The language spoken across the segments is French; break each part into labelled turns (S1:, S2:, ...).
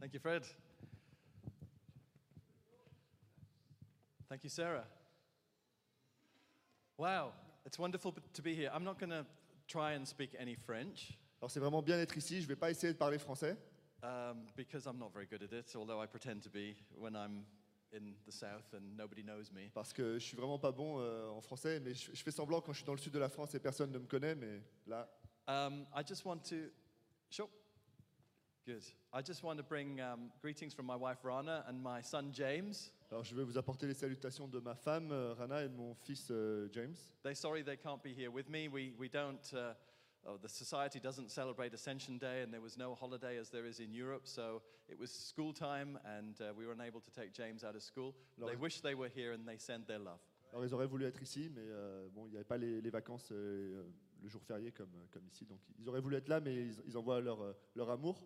S1: Thank you, Fred. Thank you, Sarah. Wow, it's wonderful to be here. I'm not going to try and speak any French
S2: Alors c'est vraiment bien d'être ici, je ne vais pas essayer de parler français,
S1: um, because I'm not very good at it, although I pretend to be when I'm in the South and nobody knows me.
S2: parce que je suis vraiment pas bon euh, en français, mais je, je fais semblant quand je suis dans le sud de la France et personne ne me connaît, mais là,
S1: Um, I just want to. Sure. Good. I just want to bring um, greetings from my wife Rana and my son James.
S2: alors je vais vous apporter les salutations de ma femme, euh, Rana, et de mon fils, euh, James.
S1: They're sorry they can't be here with me. We, we don't, uh, oh, the society doesn't celebrate Ascension Day, and there was no holiday as there is in Europe, so it was school time, and uh, we were unable to take James out of school. They
S2: Laurie.
S1: wish they were here, and they send their love.
S2: Alors ils auraient voulu être ici, mais euh, bon, il n'y avait pas les, les vacances euh, le jour férié comme, comme ici, donc ils auraient voulu être là, mais ils, ils envoient leur, euh, leur amour.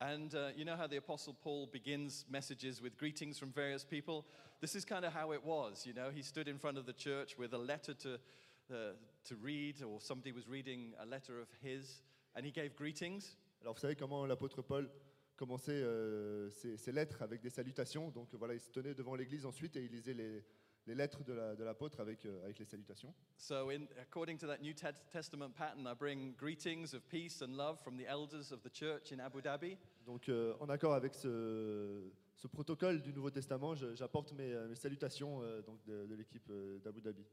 S1: And uh, you know how the Apostle Paul begins messages with greetings from various people? This is kind of how it was, you know. He stood in front of the church with a letter to, uh, to read, or somebody was reading a letter of his, and he gave greetings.
S2: Alors vous savez comment l'apôtre Paul commençait euh, ses, ses lettres avec des salutations, donc voilà, il se tenait devant l'église ensuite et il lisait les, les lettres de la- de l'apôtre avec, euh, avec les salutations.
S1: So, in, according to that New Tes- Testament pattern, I bring greetings of peace and love from the elders of the church in Abu Dhabi.
S2: Donc, euh, en accord avec ce, ce protocole du Nouveau Testament, je- j'apporte mes, euh, mes salutations euh, donc de, de l'équipe euh, d'Abu Dhabi.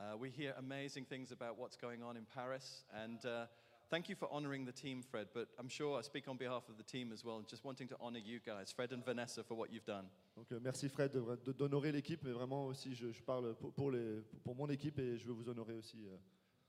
S1: Uh, we hear amazing things about what's going on in Paris. And uh, thank you for honoring the team, Fred. But I'm sure I speak on behalf of the team as well, and just wanting to honor you guys, Fred and Vanessa, for what you've done.
S2: Donc, euh, merci Fred de- de- d'honorer l'équipe, mais vraiment aussi, je, je parle pour, pour les- pour mon équipe et je veux vous honorer aussi. euh.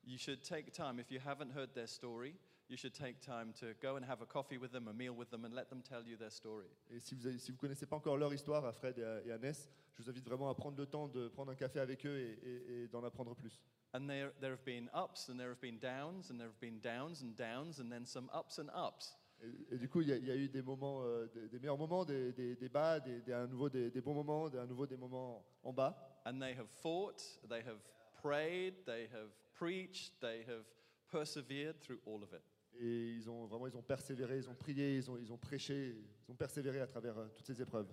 S1: You should take time, if you haven't heard their story, you should take time to go and have a coffee with them, a meal with them, and let them tell you their story.
S2: Et si vous ne si vous connaissez pas encore leur histoire à Fred et à, et à Ness, je vous invite vraiment à prendre le temps de prendre un café avec eux et, et- et d'en apprendre plus.
S1: And there, there have been ups, and there have been downs, and there have been downs and downs, and then some ups and ups.
S2: Et, et du coup, il y, a- il y a eu des moments, euh, des, des meilleurs moments, des, des- des bas, des, des- à nouveau des, des bons moments, des- à nouveau des moments en bas.
S1: And they have fought, they have prayed, they have preached, they have persevered through all of it.
S2: Et ils ont vraiment ils ont persévéré, ils ont prié, ils ont, ils ont prêché, ils ont persévéré à travers euh, toutes ces épreuves,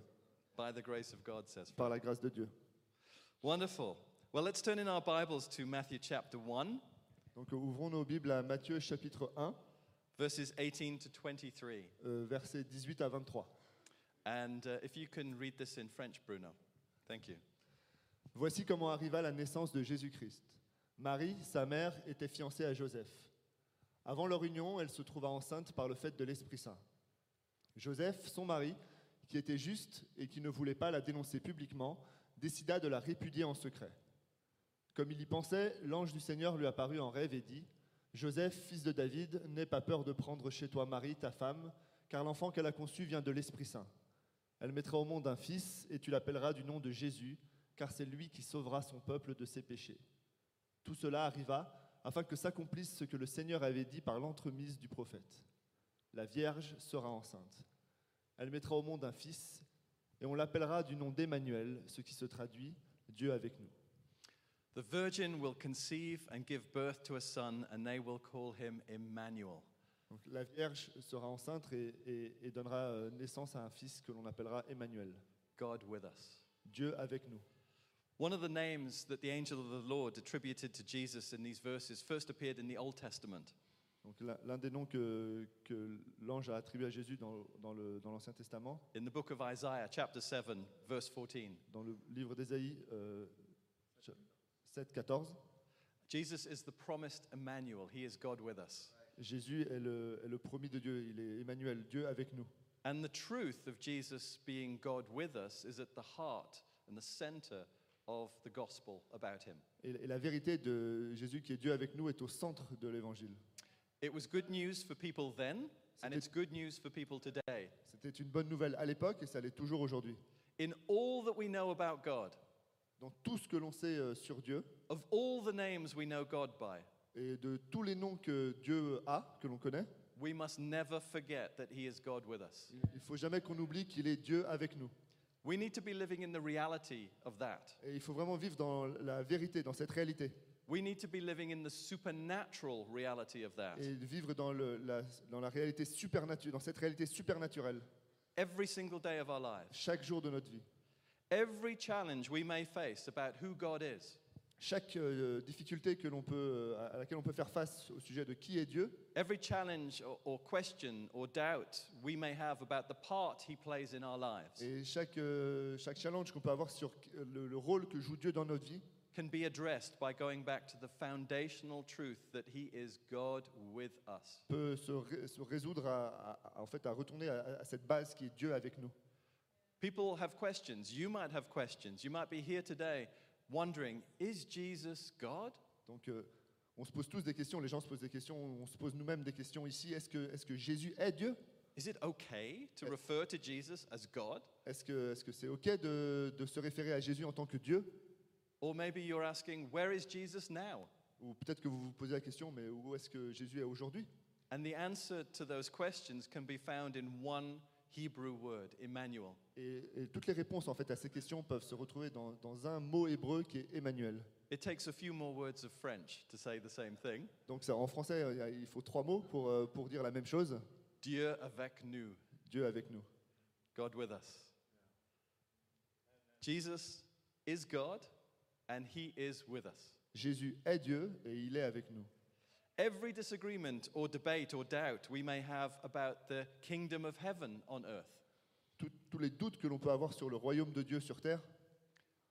S1: By the grace of God, says.
S2: par la grâce de Dieu.
S1: Wonderful. Well, let's turn in our Bibles to Matthew chapter 1,
S2: Donc euh, ouvrons nos Bibles à Matthieu chapitre 1,
S1: verses 18 to 23.
S2: euh, versets 18 à 23.
S1: And uh, if you can read this in French, Bruno. Thank you.
S2: Voici comment arriva la naissance de Jésus-Christ. Marie, sa mère, était fiancée à Joseph. Avant leur union, elle se trouva enceinte par le fait de l'Esprit Saint. Joseph, son mari, qui était juste et qui ne voulait pas la dénoncer publiquement, décida de la répudier en secret. Comme il y pensait, l'ange du Seigneur lui apparut en rêve et dit Joseph, fils de David, n'aie pas peur de prendre chez toi Marie, ta femme, car l'enfant qu'elle a conçu vient de l'Esprit Saint. Elle mettra au monde un fils, et tu l'appelleras du nom de Jésus, car c'est lui qui sauvera son peuple de ses péchés. Tout cela arriva afin que s'accomplisse ce que le Seigneur avait dit par l'entremise du prophète. La Vierge sera enceinte. Elle mettra au monde un fils, et on l'appellera du nom d'Emmanuel, ce qui se traduit Dieu avec nous.
S1: The virgin will conceive and give birth to a son, and they will call him Emmanuel.
S2: Donc, la Vierge sera enceinte et, et- et donnera euh, naissance à un fils que l'on appellera Emmanuel,
S1: God with us.
S2: Dieu avec nous.
S1: One of the names that the angel of the Lord attributed to Jesus in these verses first appeared in the Old Testament.
S2: Donc l'un l'un des noms que, que l'ange a attribué à Jésus dans, dans le- dans l'Ancien Testament,
S1: In the book of Isaiah, chapter 7, verse 14,
S2: dans le livre d'Ésaïe euh, 7, 14,
S1: Jesus is the promised Emmanuel. He is God with us.
S2: Jésus est le, est le promis de Dieu, il est Emmanuel, Dieu avec nous.
S1: And the truth of Jesus being God with us is at the heart and the center of the gospel about him.
S2: Et, et la vérité de Jésus qui est Dieu avec nous est au centre de l'Évangile.
S1: It was good news for people then, and it's good news for people today.
S2: C'était une bonne nouvelle à l'époque et ça l'est toujours aujourd'hui.
S1: In all that we know about God,
S2: Dans tout ce que l'on sait euh, sur Dieu
S1: of all the names we know God by,
S2: et de tous les noms que Dieu a, que l'on connaît,
S1: we must never forget that He is God with us.
S2: il ne faut jamais qu'on oublie qu'il est Dieu avec nous.
S1: We need to be living in the reality of that.
S2: Et il faut vraiment vivre dans la vérité, dans cette réalité.
S1: We need to be living in the supernatural reality of that.
S2: et de vivre dans, le- la, dans la réalité supernatu- dans cette réalité supernaturelle.
S1: every single day of our lives.
S2: chaque jour de notre vie.
S1: Every challenge we may face about who God is,
S2: Chaque euh, difficulté que l'on peut, euh, à laquelle on peut faire face au sujet de qui est Dieu,
S1: every challenge or, or question or doubt we may have about the part He plays in our lives
S2: et chaque, euh, chaque challenge qu'on peut avoir sur euh, le, le rôle que joue Dieu dans notre vie,
S1: can be addressed by going back to the foundational truth that He is God with us.
S2: peut se, ré- se résoudre à, à- à- en fait, à retourner à, à cette base qui est Dieu avec nous.
S1: People have questions. You might have questions. You might be here today wondering, is Jesus God?
S2: Donc euh, on se pose tous des questions, les gens se posent des questions, on se pose nous-mêmes des questions ici. Est-ce que, est-ce que Jésus est Dieu
S1: Is it okay to refer to Jesus as God?
S2: Est-ce que est-ce que c'est OK de, de se référer à Jésus en tant que Dieu
S1: Or maybe you're asking, where is Jesus now?
S2: Ou peut-être que vous vous posez la question, mais où est-ce que Jésus est aujourd'hui
S1: And the answer to those questions can be found in one Hebrew word, Emmanuel.
S2: et, et toutes les réponses en fait à ces questions peuvent se retrouver dans, dans un mot hébreu qui est Emmanuel.
S1: It takes a few more words of French to say the same thing.
S2: Donc ça, en français, il y a- il faut trois mots pour, euh, pour dire la même chose.
S1: Dieu avec nous,
S2: Dieu avec nous.
S1: God with us. Jesus is God and he is with us.
S2: Jésus est Dieu et il est avec nous.
S1: Every disagreement or debate or doubt we may have about the kingdom of heaven on earth,
S2: Tout- tous les doutes que l'on peut avoir sur le royaume de Dieu sur terre,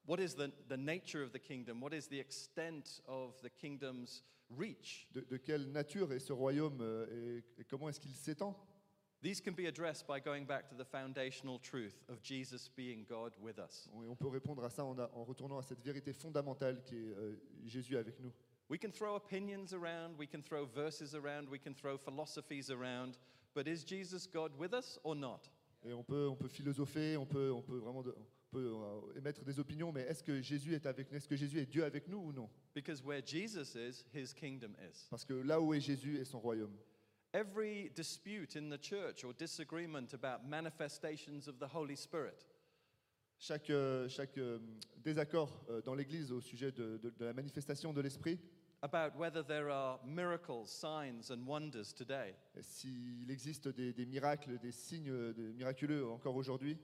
S1: what is the, the nature of the kingdom? What is the extent of the kingdom's reach?
S2: de, de quelle nature est ce royaume euh, et, et comment est-ce qu'il s'étend
S1: These can be addressed by going back to the foundational truth of Jesus being God with us.
S2: On- Et on peut répondre à ça en, a- en retournant à cette vérité fondamentale qui est euh, Jésus avec nous.
S1: We can throw opinions around, we can throw verses around, we can throw philosophies around, but is Jesus God with us or not?
S2: Et on peut, on peut philosopher, on peut, on peut vraiment de- on peut, euh, émettre des opinions, mais est-ce que Jésus est avec nous Est-ce que Jésus est Dieu avec nous ou non
S1: Because where Jesus is, his kingdom is.
S2: Parce que là où est Jésus est son royaume.
S1: Every dispute in the church or disagreement about manifestations of the Holy Spirit
S2: Chaque, euh, chaque euh, désaccord euh, dans l'Église au sujet de, de- de la manifestation de l'Esprit,
S1: about whether there are miracles, signs, and wonders today,
S2: s'il existe des, des miracles, des signes euh, des miraculeux encore aujourd'hui,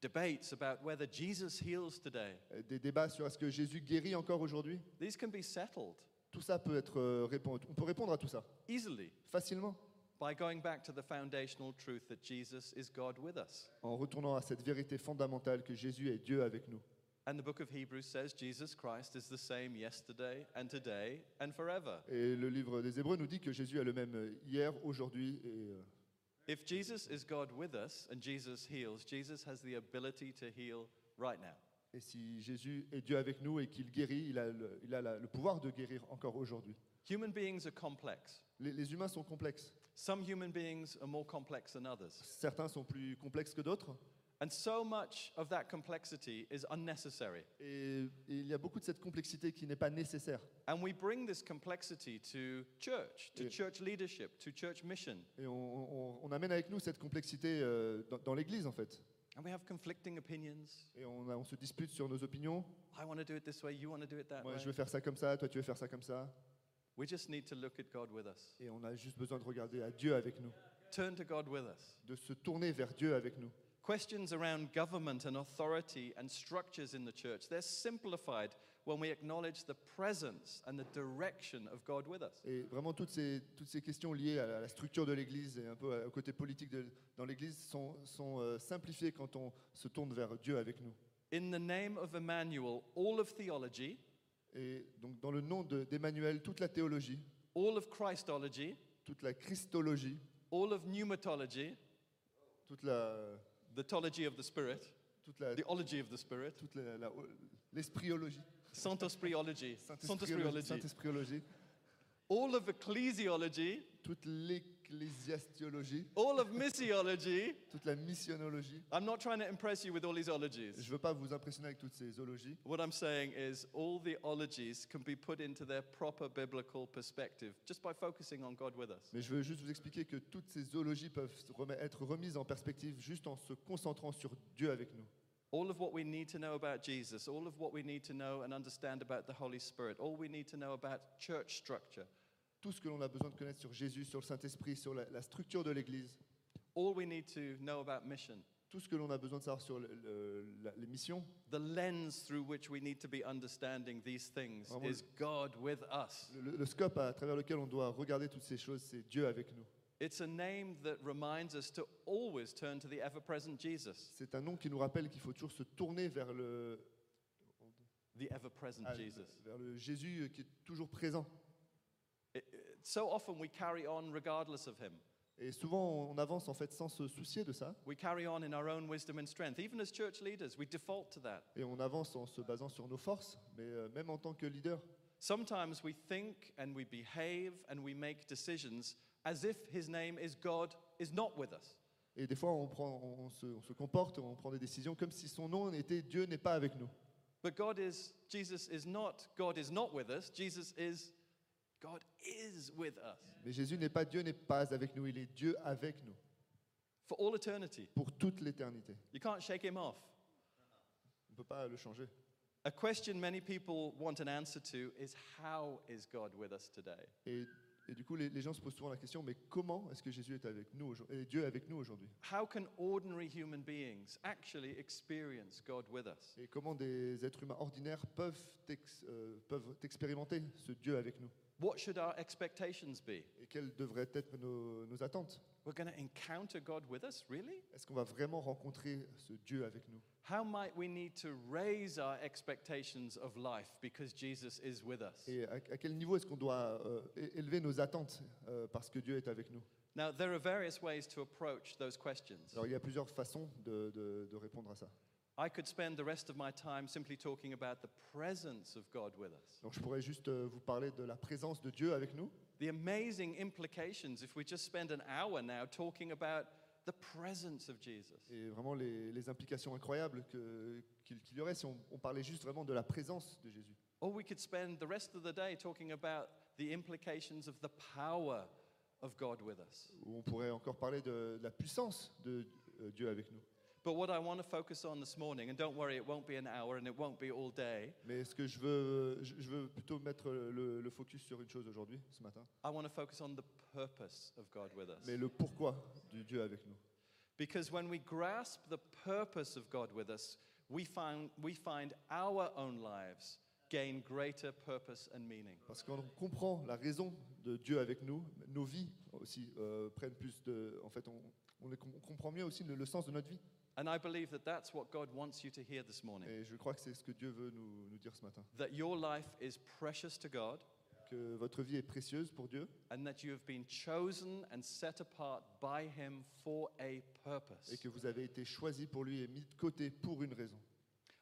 S1: debates about whether Jesus heals today,
S2: euh, des débats sur est-ce que Jésus guérit encore aujourd'hui,
S1: these can be settled
S2: tout ça peut être euh, répondu. On peut répondre à tout ça
S1: easily
S2: facilement
S1: by going back to the foundational truth that Jesus is God with us.
S2: en retournant à cette vérité fondamentale que Jésus est Dieu avec nous.
S1: And the book of Hebrews says Jesus Christ is the same yesterday and today and forever.
S2: Et le livre des Hébreux nous dit que Jésus est le même euh, hier, aujourd'hui et euh,
S1: If Jesus is God with us and Jesus heals, Jesus has the ability to heal right now.
S2: Et si Jésus est Dieu avec nous et qu'il guérit, il a, le, il a la- le pouvoir de guérir encore aujourd'hui.
S1: Human beings are complex.
S2: Les, les humains sont complexes.
S1: Some human beings are more complex than others.
S2: Certains sont plus complexes que d'autres.
S1: And so much of that complexity is unnecessary.
S2: Et, et il y a beaucoup de cette complexité qui n'est pas nécessaire.
S1: And we bring this complexity to church, to
S2: Yeah.
S1: church leadership, to church mission.
S2: Et on, on- on amène avec nous cette complexité euh, dans, dans l'Église, en fait.
S1: And we have conflicting opinions.
S2: Et on, a- on se dispute sur nos opinions.
S1: I want to do it this way, you want to do it that
S2: Moi,
S1: way.
S2: je veux faire ça comme ça, toi, tu veux faire ça comme ça.
S1: We just need to look at God with us.
S2: Et on a juste besoin de regarder à Dieu avec nous,
S1: Turn to God with us.
S2: de se tourner vers Dieu avec nous.
S1: Questions around government and authority and structures in the church, they're simplified when we acknowledge the presence and the direction of God with us.
S2: Et vraiment, toutes ces, toutes ces questions liées à la, à la structure de l'Église et un peu au côté politique de- dans l'Église sont, sont, euh, simplifiées quand on se tourne vers Dieu avec nous.
S1: In the name of Emmanuel, all of theology,
S2: Et donc, dans le nom de- d'Emmanuel, toute la théologie,
S1: all of Christology,
S2: toute la christologie,
S1: all of pneumatology,
S2: toute la,
S1: the tology of the Spirit,
S2: toute la,
S1: the ology of the Spirit,
S2: toute la, la- l'espriologie,
S1: Santospriology,
S2: Saint-Espriologie,
S1: Santospriology,
S2: Saint-Espriologie,
S1: all of ecclesiology,
S2: toute l'ecclésiastiologie,
S1: all of missiology.
S2: toute la missionologie.
S1: I'm not trying to impress you with all these ologies.
S2: Je ne veux pas vous impressionner avec toutes ces zoologies.
S1: What I'm saying is, all the ologies can be put into their proper biblical perspective just by focusing on God with us.
S2: Mais je veux juste vous expliquer que toutes ces zoologies peuvent se remet- être remises en perspective juste en se concentrant sur Dieu avec nous.
S1: All of what we need to know about Jesus, all of what we need to know and understand about the Holy Spirit, all we need to know about church structure,
S2: Tout ce que l'on a besoin de connaître sur Jésus, sur le Saint-Esprit, sur la, la structure de l'Église,
S1: all we need to know about mission,
S2: tout ce que l'on a besoin de savoir sur le- le- la- les missions,
S1: The lens through which we need to be understanding these things
S2: Vamos.
S1: is God with us.
S2: le, le scope à travers lequel on doit regarder toutes ces choses, c'est Dieu avec nous.
S1: It's a name that reminds us to always turn to the ever present Jesus.
S2: C'est un nom qui nous rappelle qu'il faut toujours se tourner vers le,
S1: The ever present
S2: ah,
S1: Mm, Jesus.
S2: vers le Jésus qui est toujours présent.
S1: It- it- so often we carry on regardless of Him.
S2: Et souvent, on avance en fait sans se soucier de ça,
S1: We carry on in our own wisdom and strength. Even as church leaders, we default to that.
S2: et on avance en se basant sur nos forces, mais euh, même en tant que leader.
S1: Sometimes we think and we behave and we make decisions as if His name is God is not with us.
S2: Et des fois, on, prend, on, se, on se comporte, on prend des décisions comme si son nom était Dieu n'est pas avec nous.
S1: But God is, Jesus is not, God is not with us. Jesus is, God is with us
S2: Mais Jésus n'est pas Dieu, n'est pas avec nous, il est Dieu avec nous,
S1: for all eternity.
S2: pour toute l'éternité.
S1: You can't shake Him off.
S2: On ne peut pas le changer.
S1: A question many people want an answer to is how is God with us today?
S2: Et, et du coup, les, les gens se posent souvent la question, mais comment est-ce que Jésus est avec nous aujourd'hui Dieu est avec nous aujourd'hui
S1: How can ordinary human beings actually experience God with us?
S2: Et comment des êtres humains ordinaires peuvent, ex- euh, peuvent expérimenter ce Dieu avec nous
S1: What should our expectations be?
S2: Et quelles devraient être nos, nos attentes
S1: We're going to encounter God with us, really?
S2: Est-ce qu'on va vraiment rencontrer ce Dieu avec nous
S1: How might we need to raise our expectations of life because Jesus is with us?
S2: Et à, à quel niveau est-ce qu'on doit euh, é- élever nos attentes euh, parce que Dieu est avec nous
S1: Now, there are various ways to approach those questions.
S2: Alors il y a plusieurs façons de, de- de répondre à ça.
S1: I could spend the rest of my time simply talking about the presence of God with us,
S2: Donc je pourrais juste euh, vous parler de la présence de Dieu avec nous.
S1: the amazing implications if we just spend an hour now talking about the presence of Jesus.
S2: et vraiment les, les implications incroyables que- qu'il qu'il y aurait si on, on parlait juste vraiment de la présence de Jésus.
S1: Or we could spend the rest of the day talking about the implications of the power of God with us.
S2: Ou on pourrait encore parler de, de la puissance de euh, Dieu avec nous.
S1: But what I want to focus on this morning, and don't worry, it won't be an hour and it won't be all day,
S2: Mais ce que je veux, je, je veux plutôt mettre le, le focus sur une chose aujourd'hui, ce matin,
S1: I want to focus on the purpose of God with us.
S2: mais le pourquoi du Dieu avec nous.
S1: Because when we grasp the purpose of God with us, we find, we find our own lives gain greater purpose and meaning.
S2: Parce qu'on comprend la raison de Dieu avec nous, nos vies aussi euh, prennent plus de. En fait, on, on les com- on comprend mieux aussi le, le sens de notre vie.
S1: And I believe that that's what God wants you to hear this morning.
S2: Et je crois que c'est ce que Dieu veut nous- nous dire ce matin.
S1: That your life is precious to God
S2: Que votre vie est précieuse pour Dieu.
S1: and that you have been chosen and set apart by Him for a
S2: et
S1: purpose.
S2: que vous avez été choisi pour lui et mis de côté pour une raison.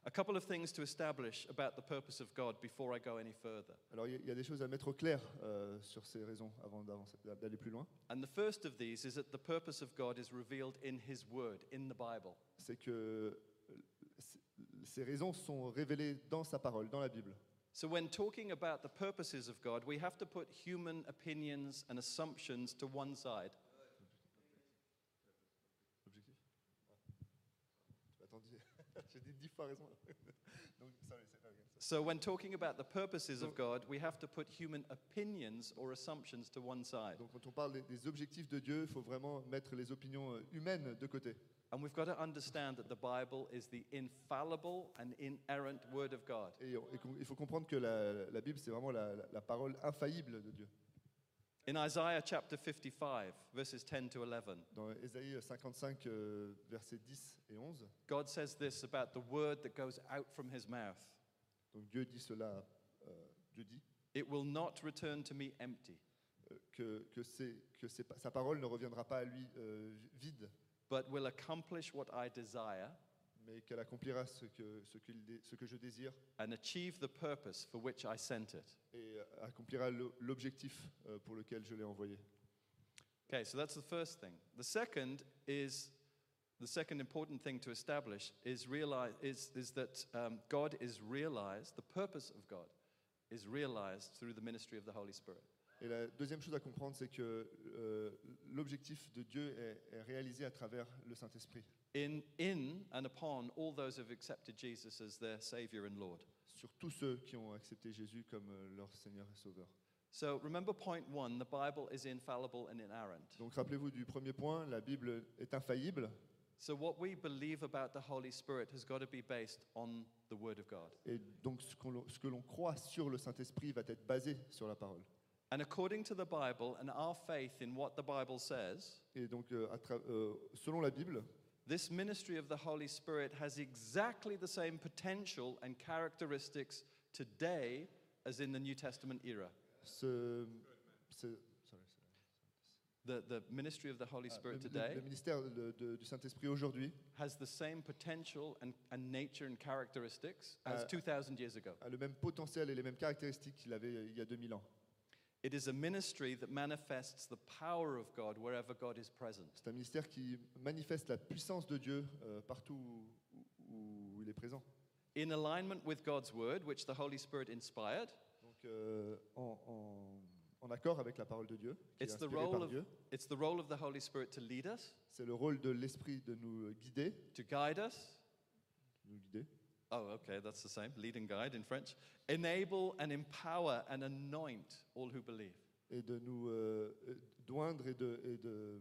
S1: A couple of things to establish about the purpose of God before I go any further.
S2: Alors il y a- il y, a des choses à mettre au clair euh, sur ces raisons avant d'avancer- d'aller plus loin.
S1: And the first of these is that the purpose of God is revealed in His Word, in the Bible.
S2: C'est que euh, c- ces raisons sont révélées dans sa parole, dans la Bible.
S1: So, when talking about the purposes of God, we have to put human opinions and assumptions to one side.
S2: Objectif Attendez, j'ai dit dix fois raison. Donc, sorry, c'est pas grave, ça.
S1: So, when talking about the purposes of God, we have to put human opinions or assumptions to one side.
S2: Donc quand on parle des, des objectifs de Dieu, il faut vraiment mettre les opinions euh, humaines de côté.
S1: And we've got to understand that the Bible is the infallible and inerrant Word of God.
S2: Et, on- et qu'on- il faut comprendre que la, la Bible, c'est vraiment la- la- la parole infaillible de Dieu.
S1: In Isaiah chapter 55, verses 10 to 11,
S2: Dans Ésaïe 55, euh, versets 10 et 11,
S1: God says this about the Word that goes out from His mouth
S2: donc Dieu dit cela, euh, Dieu dit
S1: It will not return to me empty,
S2: euh, que, que, c'est, que c'est pas- sa parole ne reviendra pas à lui euh, vide,
S1: but will accomplish what I desire.
S2: mais qu'elle accomplira ce que, ce, qu'il dé- ce que je désire
S1: and achieve the purpose for which I sent it.
S2: et euh, accomplira l'o- l'objectif euh, pour lequel je l'ai envoyé.
S1: Okay, so that's the first thing. The second is the second important thing to establish is realize is, is that um, God is realized, the purpose of God is realized through the ministry of the Holy Spirit.
S2: Et la deuxième chose à comprendre, c'est que euh, l'objectif de Dieu est, est réalisé à travers le Saint-Esprit,
S1: In, in and upon all those who have accepted Jesus as their Savior and Lord.
S2: sur tous ceux qui ont accepté Jésus comme euh, leur Seigneur et Sauveur.
S1: So remember point one the Bible is infallible and inerrant.
S2: Donc rappelez-vous du premier point, la Bible est infaillible
S1: So, what we believe about the Holy Spirit has got to be based on the Word of God.
S2: Et donc ce qu'on- ce que l'on croit sur le Saint-Esprit va être basé sur la parole.
S1: And according to the Bible and our faith in what the Bible says,
S2: Et donc euh, à tra- euh, selon la Bible,
S1: this ministry of the Holy Spirit has exactly the same potential and characteristics today as in the New Testament era.
S2: ce, ce- sorry, sorry.
S1: The, the ministry of the Holy
S2: Ah,
S1: Spirit
S2: le- le,
S1: today
S2: le ministère de- de- du Saint-Esprit aujourd'hui
S1: has the same potential and, and nature and characteristics as
S2: Uh,
S1: 2,000 years ago.
S2: a le même potentiel et les mêmes caractéristiques qu'il avait euh, il y a 2000 ans.
S1: It is a ministry that manifests the power of God wherever God is present.
S2: C'est un ministère qui manifeste la puissance de Dieu euh, partout où- où, où il est présent.
S1: In alignment with God's word, which the Holy Spirit inspired,
S2: Donc euh, en, en- en accord avec la parole de Dieu, qui est
S1: It's the
S2: inspirée
S1: role
S2: par
S1: of-
S2: Dieu.
S1: it's the role of the Holy Spirit to lead us,
S2: C'est le rôle de l'Esprit de nous guider,
S1: to guide us.
S2: de nous guider,
S1: Oh, okay, that's the same. Lead and guide in French. Enable and empower and anoint all who believe.
S2: et de nous euh, euh, doindre et de, et de,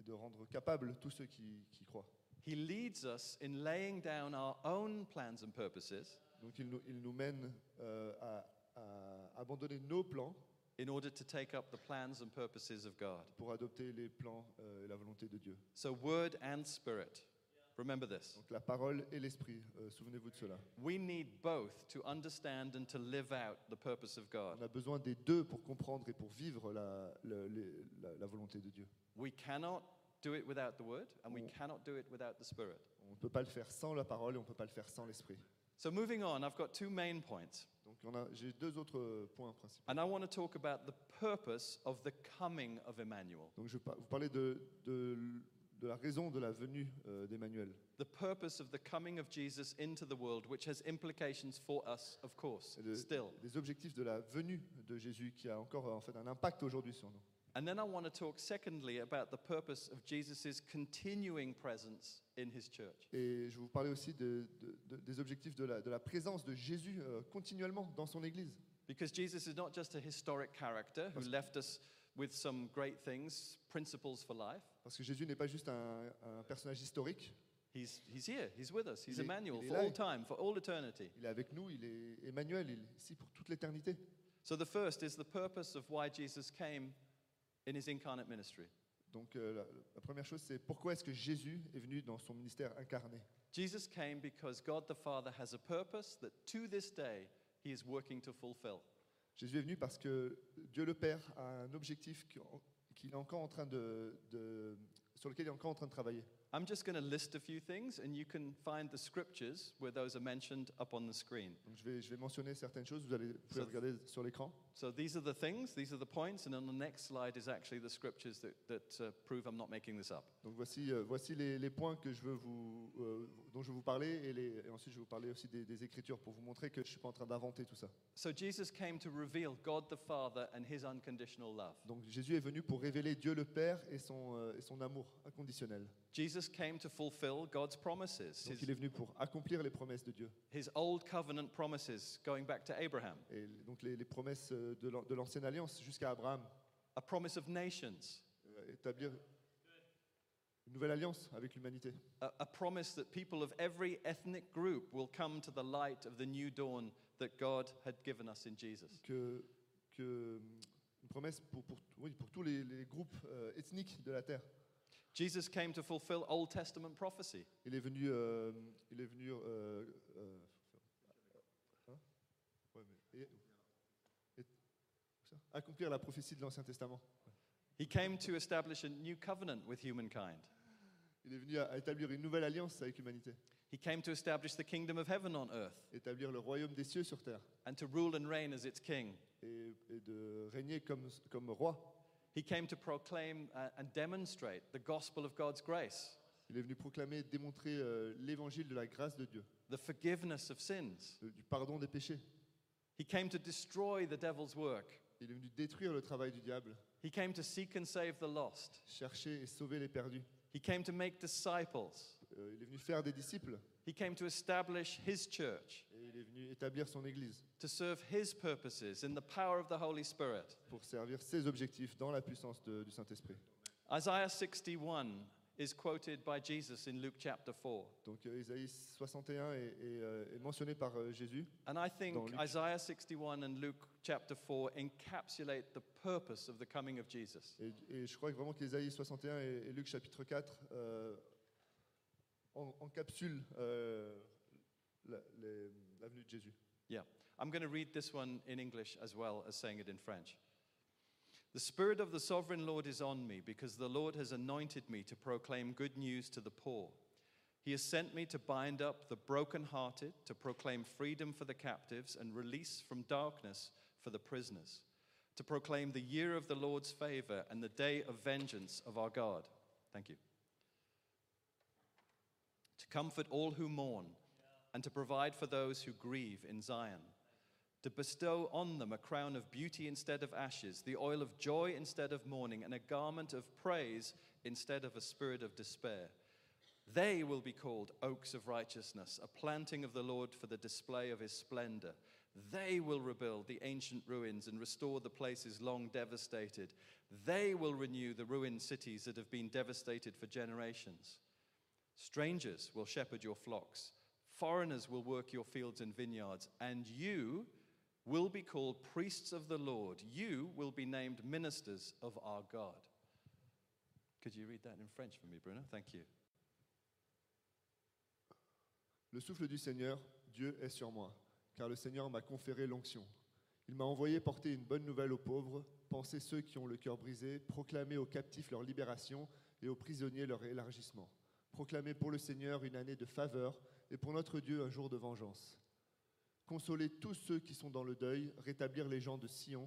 S2: et de rendre capables tous ceux qui, qui croient.
S1: He leads us in laying down our own plans and purposes
S2: Donc il nous, il nous mène euh, à, à abandonner nos plans
S1: in order to take up the plans and purposes of God.
S2: pour adopter les plans euh, et la volonté de Dieu.
S1: So, word and spirit. Remember this.
S2: Donc la parole et l'esprit, euh, souvenez-vous de cela.
S1: We need both to understand and to live out the purpose of God.
S2: On a besoin des deux pour comprendre et pour vivre la, le- les- la- la volonté de Dieu.
S1: We cannot do it without the word, and we
S2: Mm.
S1: cannot do it without the spirit.
S2: On ne peut pas le faire sans la parole et on ne peut pas le faire sans l'esprit.
S1: So, moving on, I've got two main points,
S2: Donc on a- j'ai deux autres euh, points principaux.
S1: and I want to talk about the purpose of the coming of Emmanuel.
S2: Donc je vais par- vous parler de, de, l- de la raison de la venue euh, d'Emmanuel.
S1: The purpose of the coming of Jesus into the world, which has implications for us, of course,
S2: Et de-
S1: still.
S2: Des objectifs de la venue de Jésus qui a encore euh, en fait un impact aujourd'hui sur nous.
S1: And then I want to talk, secondly, about the purpose of Jesus' continuing presence in his church.
S2: Et je vais vous parler aussi de- de- de- des objectifs de la, de la présence de Jésus euh, continuellement dans son Église.
S1: Because Jesus is not just a historic character who
S2: Parce-
S1: left us with some great things, principles for life.
S2: Parce que Jésus n'est pas juste un, un personnage historique,
S1: He's, he's here, he's with us, he's
S2: Il est-
S1: Emmanuel
S2: il est
S1: for
S2: là.
S1: all time, for all eternity.
S2: il est avec nous, il est Emmanuel, il est ici pour toute l'éternité.
S1: So the first is the purpose of why Jesus came in his incarnate ministry.
S2: Donc euh, la, la première chose, c'est pourquoi est-ce que Jésus est venu dans son ministère incarné
S1: Jesus came because God the Father has a purpose that to this day he is working to fulfill.
S2: Jésus est venu parce que Dieu le Père a un objectif qui- qu'il est encore en train de, de- sur lequel il est encore en train de travailler.
S1: I'm just going to list a few things, and you can find the scriptures where those are mentioned up on the screen.
S2: Donc je vais, je vais mentionner certaines choses, vous allez vous pouvez
S1: Ça-
S2: regarder sur l'écran.
S1: So these are the things, these are the points, and on the next slide is actually the scriptures that, that uh, prove I'm not making this up.
S2: Donc voici, euh, voici les, les points que je veux vous, euh, dont je veux vous parler et, les- et ensuite je vais vous parler aussi des, des Écritures pour vous montrer que je ne suis pas en train d'inventer tout ça.
S1: So Jesus came to reveal God the Father and his unconditional love.
S2: Donc Jésus est venu pour révéler Dieu le Père et son, euh, et son amour inconditionnel.
S1: Jesus came to fulfill God's promises,
S2: Donc
S1: his,
S2: il est venu pour accomplir les promesses de Dieu
S1: his old covenant promises going back to Abraham,
S2: et donc les, les promesses euh, de l'an- de l'ancienne alliance jusqu'à Abraham,
S1: a promise of nations,
S2: euh, établir une nouvelle alliance avec l'humanité,
S1: a, a promise that people of every ethnic group will come to the light of the new dawn that God had given us in Jesus.
S2: que, que une promesse pour, pour, oui, pour tous les, les groupes euh, ethniques de la terre.
S1: Jesus came to fulfill Old Testament prophecy.
S2: Il est venu. euh, il est venu. euh, euh, hein Ouais, mais- et- et- où ça accomplir la prophétie de l'Ancien Testament.
S1: He came to establish a new covenant with humankind.
S2: Il est venu à, à établir une nouvelle alliance avec l'humanité,
S1: He came to establish the kingdom of heaven on earth
S2: établir le royaume des cieux sur terre
S1: and to rule and reign as its king.
S2: et, et de régner comme, comme roi.
S1: He came to proclaim uh, and demonstrate the gospel of God's grace,
S2: Il est venu proclamer et démontrer euh, l'évangile de la grâce de Dieu,
S1: the forgiveness of sins.
S2: de- du pardon des péchés.
S1: He came to destroy the devil's work.
S2: Il est venu détruire le travail du diable,
S1: He came to seek and save the lost.
S2: chercher et sauver les perdus.
S1: He came to make disciples.
S2: Euh, il est venu faire des disciples
S1: He came to establish his church,
S2: et il est venu établir son église.
S1: to serve his purposes in the power of the Holy Spirit.
S2: pour servir ses objectifs dans la puissance de- du Saint-Esprit.
S1: Isaiah 61 is quoted by Jesus in Luke chapter 4.
S2: Donc euh, Ésaïe 61 est, est, euh, est mentionné par euh, Jésus.
S1: And I think
S2: Dans Luc.
S1: Isaiah 61 and Luke chapter 4 encapsulate the purpose of the coming of Jesus.
S2: Et, et je crois que vraiment qu'Ésaïe 61 et, et Luc chapitre 4 euh, en- encapsulent euh, la, les- la venue de Jésus.
S1: I'm going to read this one in English as well as saying it in French. The Spirit of the Sovereign Lord is on me because the Lord has anointed me to proclaim good news to the poor. He has sent me to bind up the brokenhearted, to proclaim freedom for the captives and release from darkness for the prisoners, to proclaim the year of the Lord's favor and the day of vengeance of our God. Thank you. To comfort all who mourn and to provide for those who grieve in Zion to bestow on them a crown of beauty instead of ashes, the oil of joy instead of mourning, and a garment of praise instead of a spirit of despair. They will be called oaks of righteousness, a planting of the Lord for the display of his splendor. They will rebuild the ancient ruins and restore the places long devastated. They will renew the ruined cities that have been devastated for generations. Strangers will shepherd your flocks, foreigners will work your fields and vineyards, and you will be called priests of the Lord. You will be named ministers of our God. Could you read that in French for me, Bruno? Thank you.
S2: Le souffle du Seigneur, Dieu, est sur moi, car le Seigneur m'a conféré l'onction. Il m'a envoyé porter une bonne nouvelle aux pauvres, penser ceux qui ont le cœur brisé, proclamer aux captifs leur libération et aux prisonniers leur élargissement. Proclamer pour le Seigneur une année de faveur et pour notre Dieu un jour de vengeance. Consoler tous ceux qui sont dans le deuil, rétablir les gens de Sion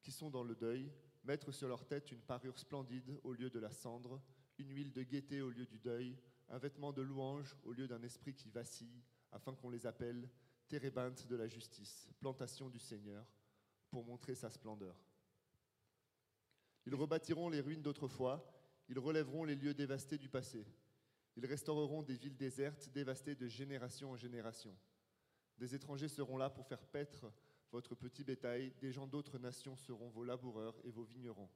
S2: qui sont dans le deuil, mettre sur leur tête une parure splendide au lieu de la cendre, une huile de gaieté au lieu du deuil, un vêtement de louange au lieu d'un esprit qui vacille, afin qu'on les appelle térébinthes de la justice, plantation du Seigneur, pour montrer sa splendeur. Ils rebâtiront les ruines d'autrefois, ils relèveront les lieux dévastés du passé, ils restaureront des villes désertes dévastées de génération en génération. Des étrangers seront là pour faire paître votre petit bétail, des gens d'autres nations seront vos laboureurs et vos vignerons.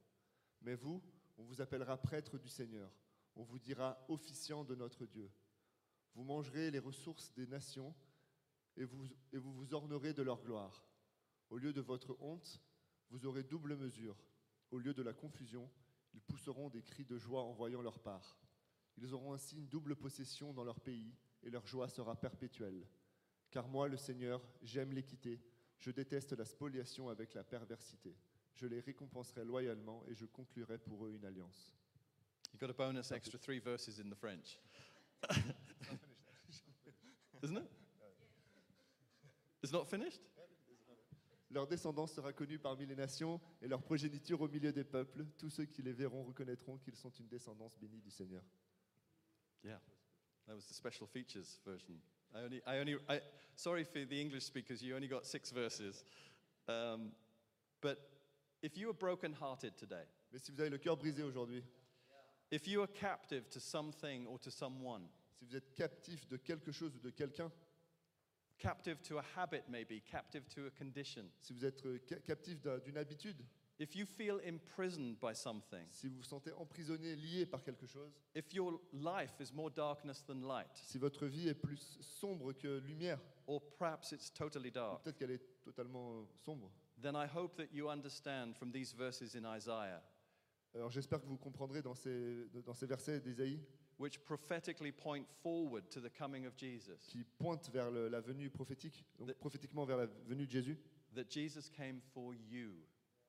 S2: Mais vous, on vous appellera prêtre du Seigneur on vous dira officiant de notre Dieu. Vous mangerez les ressources des nations et vous, et vous vous ornerez de leur gloire. Au lieu de votre honte, vous aurez double mesure. Au lieu de la confusion, ils pousseront des cris de joie en voyant leur part. Ils auront ainsi une double possession dans leur pays et leur joie sera perpétuelle. Car moi, le Seigneur, j'aime l'équité, je déteste la spoliation avec la perversité. Je les récompenserai loyalement et je conclurai pour eux une alliance.
S1: You got a bonus extra three verses in the French, isn't it? It's not finished?
S2: Leur descendance sera connue parmi les nations et leur progéniture au milieu des peuples. Tous ceux qui les verront reconnaîtront qu'ils sont une descendance bénie du Seigneur.
S1: Yeah, that was the special features version. I only, I only, I, sorry for the English speakers, you only got six verses. Um, but if you are brokenhearted today,
S2: Mais si vous avez le cœur brisé aujourd'hui,
S1: if you are captive to something or to someone,
S2: si vous êtes captif de quelque chose ou de quelqu'un,
S1: captive to a habit maybe, captive to a condition,
S2: si vous êtes euh, ca- captif d'un- d'une habitude,
S1: if you feel imprisoned by something,
S2: si vous vous sentez emprisonné, lié par quelque chose,
S1: if your life is more darkness than light,
S2: si votre vie est plus sombre que lumière,
S1: or perhaps it's totally
S2: ou
S1: dark,
S2: peut-être qu'elle est totalement euh, sombre.
S1: then I hope that you understand from these verses in Isaiah,
S2: Alors j'espère que vous comprendrez dans ces, dans ces versets d'Ésaïe
S1: which prophetically point forward to the coming of Jesus.
S2: qui pointent vers le- la venue prophétique, donc
S1: The-
S2: prophétiquement vers la venue de Jésus,
S1: that Jesus came for you.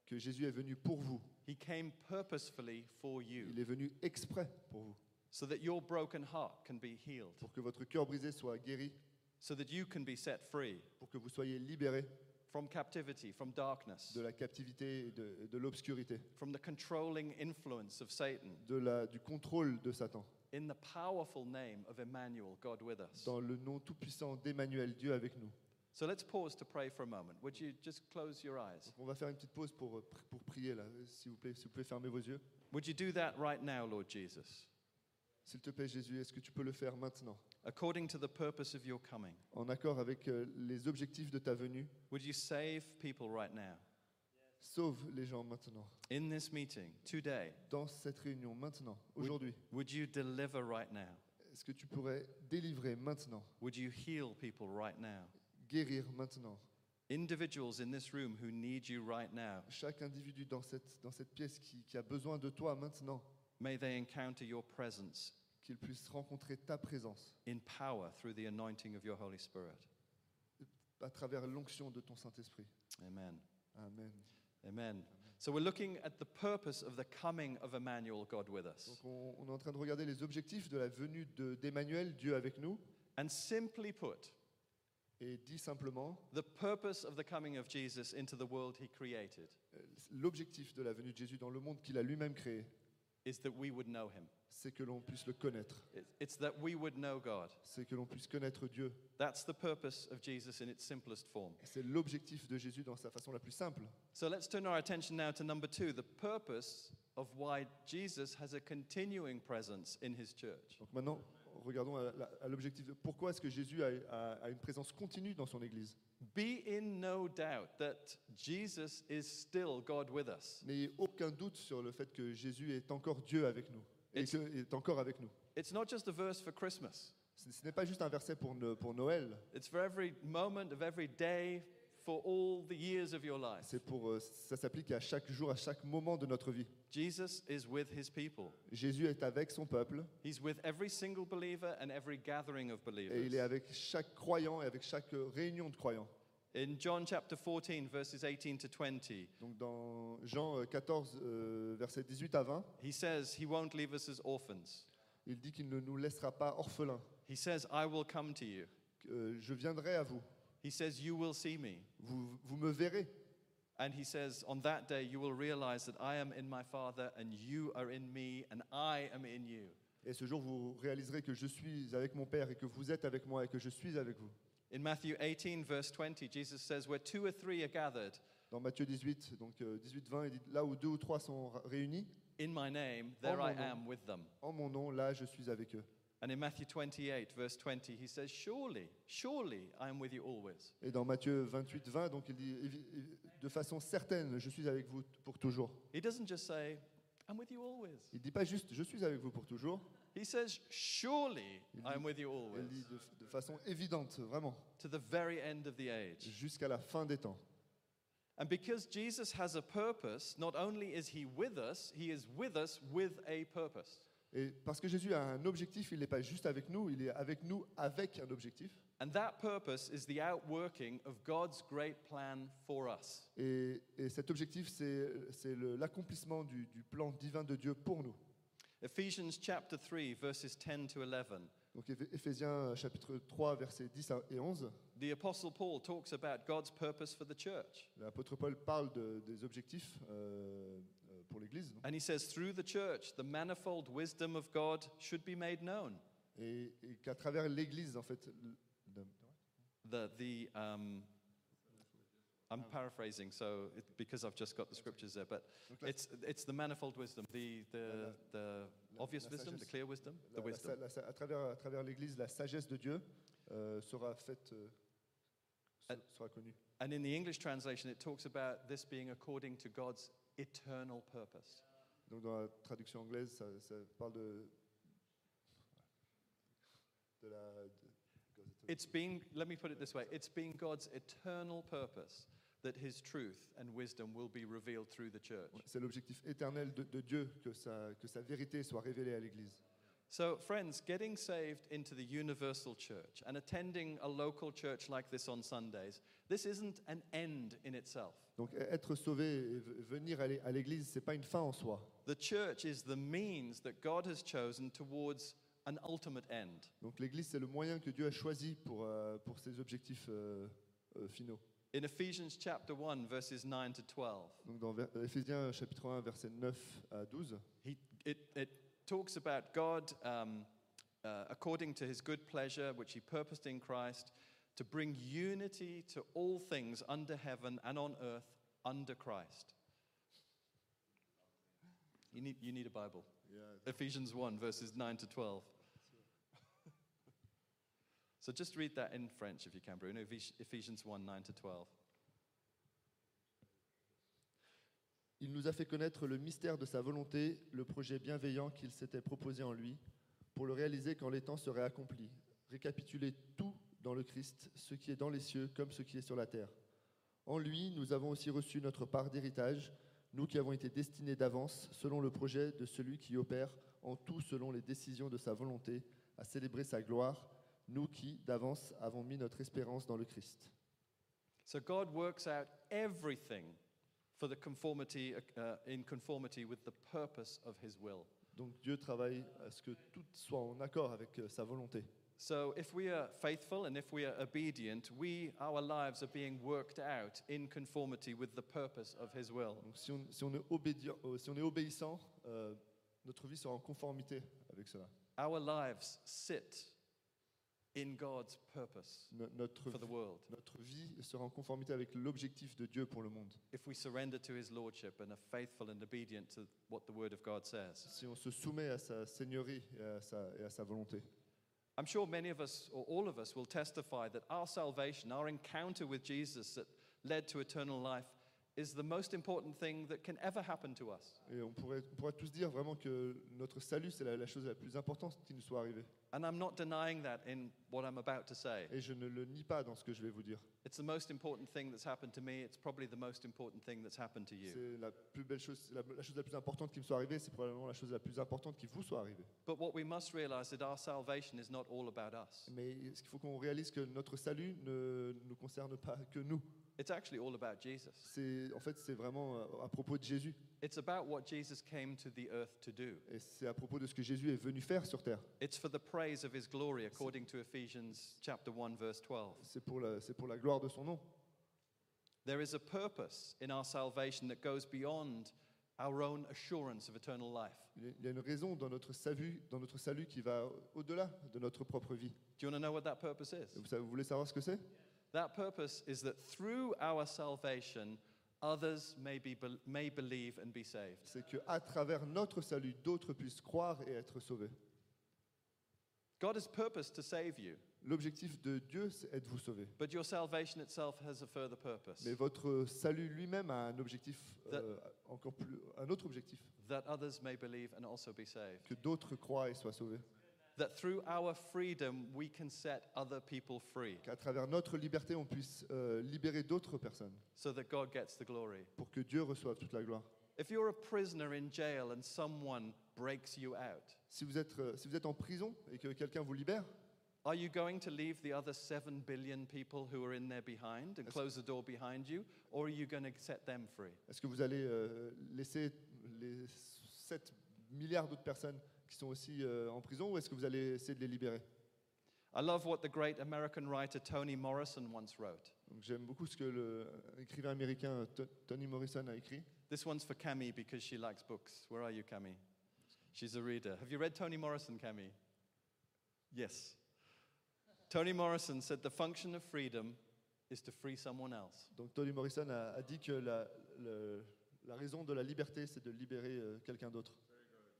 S2: que Jésus est venu pour vous.
S1: He came purposefully for you
S2: Il est venu exprès pour vous,
S1: so that your broken heart can be healed,
S2: pour que votre cœur brisé soit guéri,
S1: so that you can be set free
S2: pour que vous soyez libéré
S1: from captivity, from darkness,
S2: de la captivité et de, et de l'obscurité,
S1: from the controlling influence of Satan
S2: de la- du contrôle de Satan,
S1: in the powerful name of Emmanuel, God with us.
S2: dans le nom tout-puissant d'Emmanuel, Dieu avec nous.
S1: So let's pause to pray for a moment. Would you just close your eyes?
S2: Donc on va faire une petite pause pour, euh, pri- pour prier, là, Euh, s'il vous plaît, si vous pouvez fermer vos yeux.
S1: Would you do that right now, Lord Jesus?
S2: S'il te plaît, Jésus, est-ce que tu peux le faire maintenant,
S1: According to the purpose of your coming,
S2: en accord avec euh, les objectifs de ta venue
S1: would you save people right now?
S2: Sauve les gens maintenant,
S1: in this meeting today,
S2: dans cette réunion maintenant, aujourd'hui.
S1: would you deliver right now?
S2: Est-ce que tu pourrais délivrer maintenant,
S1: Would you heal people right now?
S2: guérir maintenant
S1: Individuals in this room who need you right now,
S2: chaque individu dans cette, dans cette pièce qui, qui a besoin de toi maintenant,
S1: may they encounter your presence
S2: qu'il puisse rencontrer ta présence
S1: in power through the anointing of your Holy Spirit.
S2: à travers l'onction de ton Saint-Esprit.
S1: Amen.
S2: Amen.
S1: Amen. So we're looking at the purpose of the coming of Emmanuel, God with us.
S2: Donc on, on est en train de regarder les objectifs de la venue de- d'Emmanuel, Dieu avec nous,
S1: And simply put,
S2: et dit simplement
S1: the purpose of the coming of Jesus into the world he created
S2: euh, l'objectif de la venue de Jésus dans le monde qu'il a lui-même créé,
S1: is that we would know him.
S2: c'est que l'on puisse le connaître,
S1: It- It's that we would know God.
S2: c'est que l'on puisse connaître Dieu.
S1: That's the purpose of Jesus in its simplest form.
S2: C'est l'objectif de Jésus dans sa façon la plus simple.
S1: So let's turn our attention now to number two the purpose of why Jesus has a continuing presence in his church.
S2: Donc maintenant, regardons à, la- à l'objectif. de- Pourquoi est-ce que Jésus a- a- a une présence continue dans son Église
S1: Be in no doubt that Jesus is still God with us.
S2: N'ayez aucun doute sur le fait que Jésus est encore Dieu avec nous. Et
S1: Et-
S2: que- est encore avec nous.
S1: It's not just a verse for Christmas,
S2: Ce, ce n'est pas juste un verset pour, no- pour Noël,
S1: it's for every moment of every day for all the years of your life.
S2: c'est pour, euh, ça s'applique à chaque jour, à chaque moment de notre vie.
S1: Jesus is with his people.
S2: Jésus est avec son peuple
S1: He's with every single believer and every gathering of
S2: et il est
S1: believers.
S2: avec chaque croyant et avec chaque euh, réunion de croyants.
S1: In John chapter 14, verses 18 to 20,
S2: Donc dans Jean euh, 14, euh, versets 18 à 20,
S1: he says, He won't leave us as orphans.
S2: il dit qu'il ne nous laissera pas orphelins.
S1: He says, I will come to you.
S2: Euh, je viendrai à vous.
S1: He says, You will see me.
S2: vous, vous me verrez.
S1: And he says, On that day, you will realize that I am in my Father, and you are in me, and I am in you.
S2: Et ce jour, vous réaliserez que je suis avec mon Père et que vous êtes avec moi et que je suis avec vous.
S1: In Matthew 18, verse 20, Jesus says, Where two or three are gathered
S2: Dans Matthieu 18, donc 18-20, il dit, là où deux ou trois sont ra- réunis,
S1: in my name, there I
S2: Amen.
S1: am with them.
S2: en mon nom, là je suis avec eux.
S1: And in Matthew 28, verse 20, he says, Surely, surely I am with you always.
S2: Et dans Matthieu 28-20, donc il dit, Évi- évi- de façon certaine, je suis avec vous t- pour toujours.
S1: He doesn't just say, I'm with you always.
S2: Il ne dit pas juste, je suis avec vous pour toujours,
S1: He says, Surely I'm with you
S2: il
S1: always.
S2: dit de, f- de façon évidente, vraiment,
S1: To the very end of the age.
S2: jusqu'à la fin des temps.
S1: And because Jesus has a purpose, not only is he with us, he is with us with a purpose.
S2: Et parce que Jésus a un objectif, il n'est pas juste avec nous, il est avec nous avec un objectif.
S1: And that purpose is the outworking of God's great plan for us.
S2: Et, et cet objectif, c'est c'est le- l'accomplissement du, du plan divin de Dieu pour nous.
S1: Ephesians chapter 3, verses 10 to 11.
S2: Donc Éph- Éphésiens chapitre 3, versets 10 à- et 11,
S1: The Apostle Paul talks about God's purpose for the church.
S2: l'apôtre Paul parle de- des objectifs euh, euh, pour l'Église. non
S1: And he says, through the church, the manifold wisdom of God should be made known.
S2: et, et qu'à travers l'Église, en fait, l- de-
S1: The, the, um, I'm paraphrasing, so it, because I've just got the scriptures there, but
S2: donc la-
S1: it's, it's the manifold wisdom, the, the, the
S2: la-
S1: obvious
S2: la
S1: wisdom, the
S2: sagesse.
S1: clear wisdom,
S2: la-
S1: the
S2: la sa-
S1: wisdom.
S2: la sa- à travers, à travers l'Église, la sagesse de Dieu euh, sera faite, euh, se-
S1: Ah.
S2: sera connue.
S1: And in the English translation, it talks about this being according to God's eternal purpose.
S2: Donc dans la traduction anglaise, ça, ça parle de, de la... de-
S1: It's being, let me put it this way it's being God's eternal purpose that his truth and wisdom will be revealed through the church.
S2: Ouais, C'est l'objectif éternel de, de Dieu que sa, que sa vérité soit révélée à l'Église.
S1: So, friends, getting saved into the universal church and attending a local church like this on Sundays, this isn't an end in itself.
S2: Donc e- être sauvé et v- venir à l'é- à l'Église, c'est pas une fin en soi.
S1: The church is the means that God has chosen towards an ultimate end.
S2: Donc l'Église, c'est le moyen que Dieu a choisi pour, euh, pour ses objectifs euh, euh, finaux.
S1: In Ephesians chapter 1, verses 9 to 12,
S2: Donc dans ver- Éphésiens chapitre 1, versets 9 à 12,
S1: he, it, it talks about God, um, uh, according to his good pleasure, which he purposed in Christ, to bring unity to all things under heaven and on earth under Christ. You need, you need a Bible. Ephesians 1, verses 9 to 12. So just read that in French if you can, Bruno. Ephes- Ephesians 1, 9 to 12.
S2: Il nous a fait connaître le mystère de sa volonté, le projet bienveillant qu'il s'était proposé en lui, pour le réaliser quand les temps seraient accomplis. Récapituler tout dans le Christ, ce qui est dans les cieux comme ce qui est sur la terre. En lui, nous avons aussi reçu notre part d'héritage, nous qui avons été destinés d'avance selon le projet de celui qui opère en tout selon les décisions de sa volonté, à célébrer sa gloire, nous qui, d'avance, avons mis notre espérance dans le Christ.
S1: So God works out everything for the conformity uh, in conformity with the purpose of his will.
S2: Donc Dieu travaille à ce que tout soit en accord avec euh, sa volonté.
S1: So if we are faithful and if we are obedient, we our lives are being worked out in conformity with the purpose of his will.
S2: Donc si on, si on est, obédi- euh, si on est obéissant, euh, notre vie sera en conformité avec cela.
S1: Our lives sit in God's purpose
S2: No- notre,
S1: for the world
S2: notre vie sera en conformité avec l'objectif de Dieu pour le monde.
S1: if we surrender to his lordship and are faithful and obedient to what the word of God says.
S2: Si on se soumet à sa seigneurie et à sa, et à sa volonté.
S1: I'm sure many of us, or all of us, will testify that our salvation, our encounter with Jesus that led to eternal life, is the most important thing that can ever happen to us.
S2: Et on pourrait, on pourrait tous dire vraiment que notre salut, c'est la, la chose la plus importante qui nous soit arrivée.
S1: And I'm not denying that in what I'm about to say.
S2: Et je ne le nie pas dans ce que je vais vous dire.
S1: It's the most important thing that's happened to me. It's probably the most important thing that's happened to you.
S2: C'est la plus belle chose, la, la chose la plus importante qui me soit arrivée, c'est probablement la chose la plus importante qui vous soit arrivée.
S1: But what we must realize that our salvation is not all about us.
S2: Mais ce qu'il faut qu'on réalise que notre salut ne nous concerne pas que nous.
S1: It's actually all about Jesus.
S2: C'est en fait c'est vraiment euh, à propos de Jésus
S1: It's about what Jesus came to the earth to do.
S2: et c'est à propos de ce que Jésus est venu faire sur terre.
S1: It's for the praise of his glory according to Ephesians chapter 1 verse 12.
S2: C'est pour la c'est pour la gloire de son nom.
S1: There is a purpose in our salvation that goes beyond our own assurance of eternal life.
S2: Il y a- il y a une raison dans notre salut dans notre salut qui va au-delà de notre propre vie.
S1: Do you want to know what that purpose is?
S2: Et Vous, savez- vous voulez savoir ce que c'est
S1: That purpose is that through our salvation, others may, be, may believe and be saved.
S2: C'est que à travers notre salut d'autres puissent croire et être sauvés.
S1: God has purposed to save you,
S2: L'objectif de Dieu c'est être vous sauvés.
S1: but your salvation itself has a further purpose
S2: Mais votre salut lui-même a un objectif euh, encore plus un autre objectif
S1: that others may believe and also be saved.
S2: que d'autres croient et soient sauvés.
S1: That through our freedom, we can set other people free
S2: Qu'à travers notre liberté on puisse euh, libérer d'autres personnes
S1: so that God gets the glory.
S2: pour que Dieu reçoive toute la gloire.
S1: If you're a prisoner in jail and someone breaks you out,
S2: Si vous êtes, euh, si vous êtes en prison et que quelqu'un vous libère,
S1: Are you going to leave the other 7 billion people who are in there behind and
S2: That's-
S1: close the door behind you, or are you going to set them free?
S2: est-ce que vous allez euh, laisser les 7 milliards d'autres personnes qui sont aussi euh, en prison ou est-ce que vous allez essayer de les libérer
S1: I love what the great American writer Toni Morrison once wrote.
S2: Donc, J'aime beaucoup ce que l'écrivain américain euh, To- Toni Morrison a écrit.
S1: This one's for Cami because she likes books. Where are you, Cami? She's a reader. Have you read Toni Morrison, Cami? Yes. Toni Morrison said the function of freedom is to free someone else.
S2: Donc Toni Morrison a, a dit que la, le- la raison de la liberté, c'est de libérer euh, quelqu'un d'autre.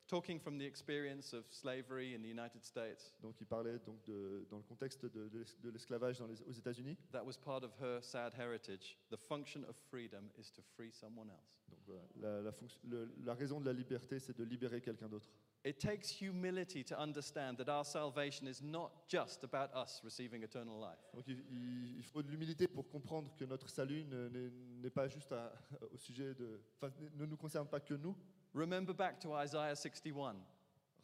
S1: Talking from the experience of slavery in the United States,
S2: Donc il parlait donc de- dans le contexte de, de l'es- de l'esclavage dans les- aux États-Unis.
S1: that was part of her sad heritage. The function of freedom is to free someone else.
S2: Donc voilà, la, la fonction- le- la raison de la liberté, c'est de libérer quelqu'un d'autre.
S1: It takes humility to understand that our salvation is not just about us receiving eternal life.
S2: Donc il, il- il faut de l'humilité pour comprendre que notre salut ne- n'est n'est pas juste à- au sujet de, enfin, ne nous concerne pas que nous.
S1: Remember back to Isaiah 61.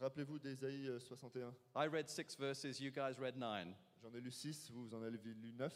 S2: Rappelez-vous d'Ésaïe euh, 61.
S1: I read six verses, you guys read nine.
S2: J'en ai lu 6, vous vous en avez lu 9.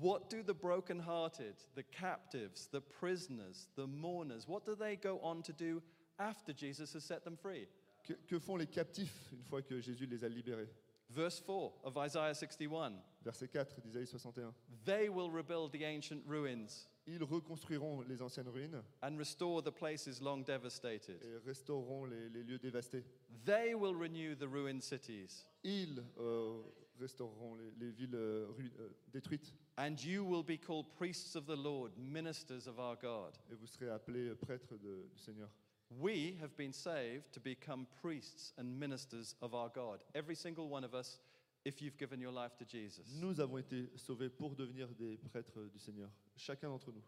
S1: What do the brokenhearted, the captives, the prisoners, the mourners, what do they go on to do after Jesus has set them free?
S2: Que, que font les captifs une fois que Jésus les a libérés
S1: Verse 4 of Isaiah 61
S2: Verset 4 d'Ésaïe 61.
S1: They will rebuild the ancient ruins
S2: Ils reconstruiront les anciennes ruines
S1: and restore the places long devastated.
S2: et restaureront les, les lieux dévastés.
S1: They will renew the ruined cities,
S2: Ils euh, restaureront les, les villes euh, ruines- euh, détruites
S1: and you will be called priests of the Lord, ministers of our God.
S2: et vous serez appelés prêtres de- du Seigneur.
S1: We have been saved to become priests and ministers of our God, every single one of us, if you've given your life to Jesus.
S2: Nous avons été sauvés pour devenir des prêtres du Seigneur, chacun d'entre nous.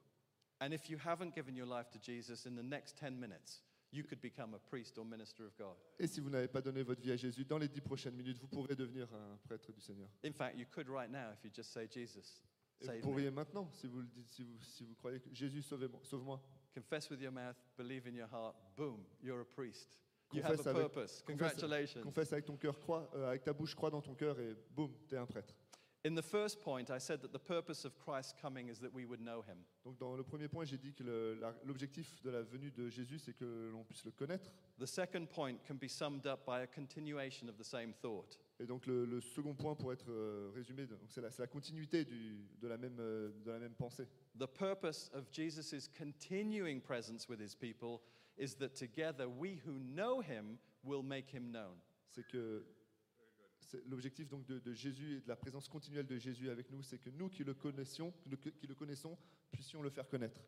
S1: And if you haven't given your life to Jesus in the next 10 minutes, you could become a priest or minister of God.
S2: Et si vous n'avez pas donné votre vie à Jésus, dans les dix prochaines minutes, vous pourrez devenir un prêtre du Seigneur.
S1: In fact, you could right now if you just say, Jesus,
S2: Et vous
S1: save me.
S2: pourriez maintenant, si vous, le dites, si vous, si vous croyez que Jésus, sauvez-moi- sauve-moi.
S1: Confess with your mouth, believe in your heart, boom, you're a priest. You have
S2: Confesse,
S1: a
S2: avec,
S1: purpose.
S2: confesse-
S1: Congratulations.
S2: confesse avec ton cœur, crois, euh, avec ta bouche, crois dans ton cœur et boum, t'es un prêtre.
S1: In the first point, I said that the purpose of Christ's coming is that we would know him.
S2: Donc dans le premier point, j'ai dit que le- la- l'objectif de la venue de Jésus, c'est que l'on puisse le connaître.
S1: The second point can be summed up by a continuation of the same thought.
S2: Et donc le, le second point, pour être euh, résumé, donc c'est la, c'est la continuité du- de, la même, euh, de la même pensée.
S1: The purpose of Jesus' continuing presence with his people is that together we who know him will make him known.
S2: C'est que c'est l'objectif donc de, de Jésus et de la présence continuelle de Jésus avec nous, c'est que nous qui le connaissions, que- qui le connaissons, puissions le faire connaître.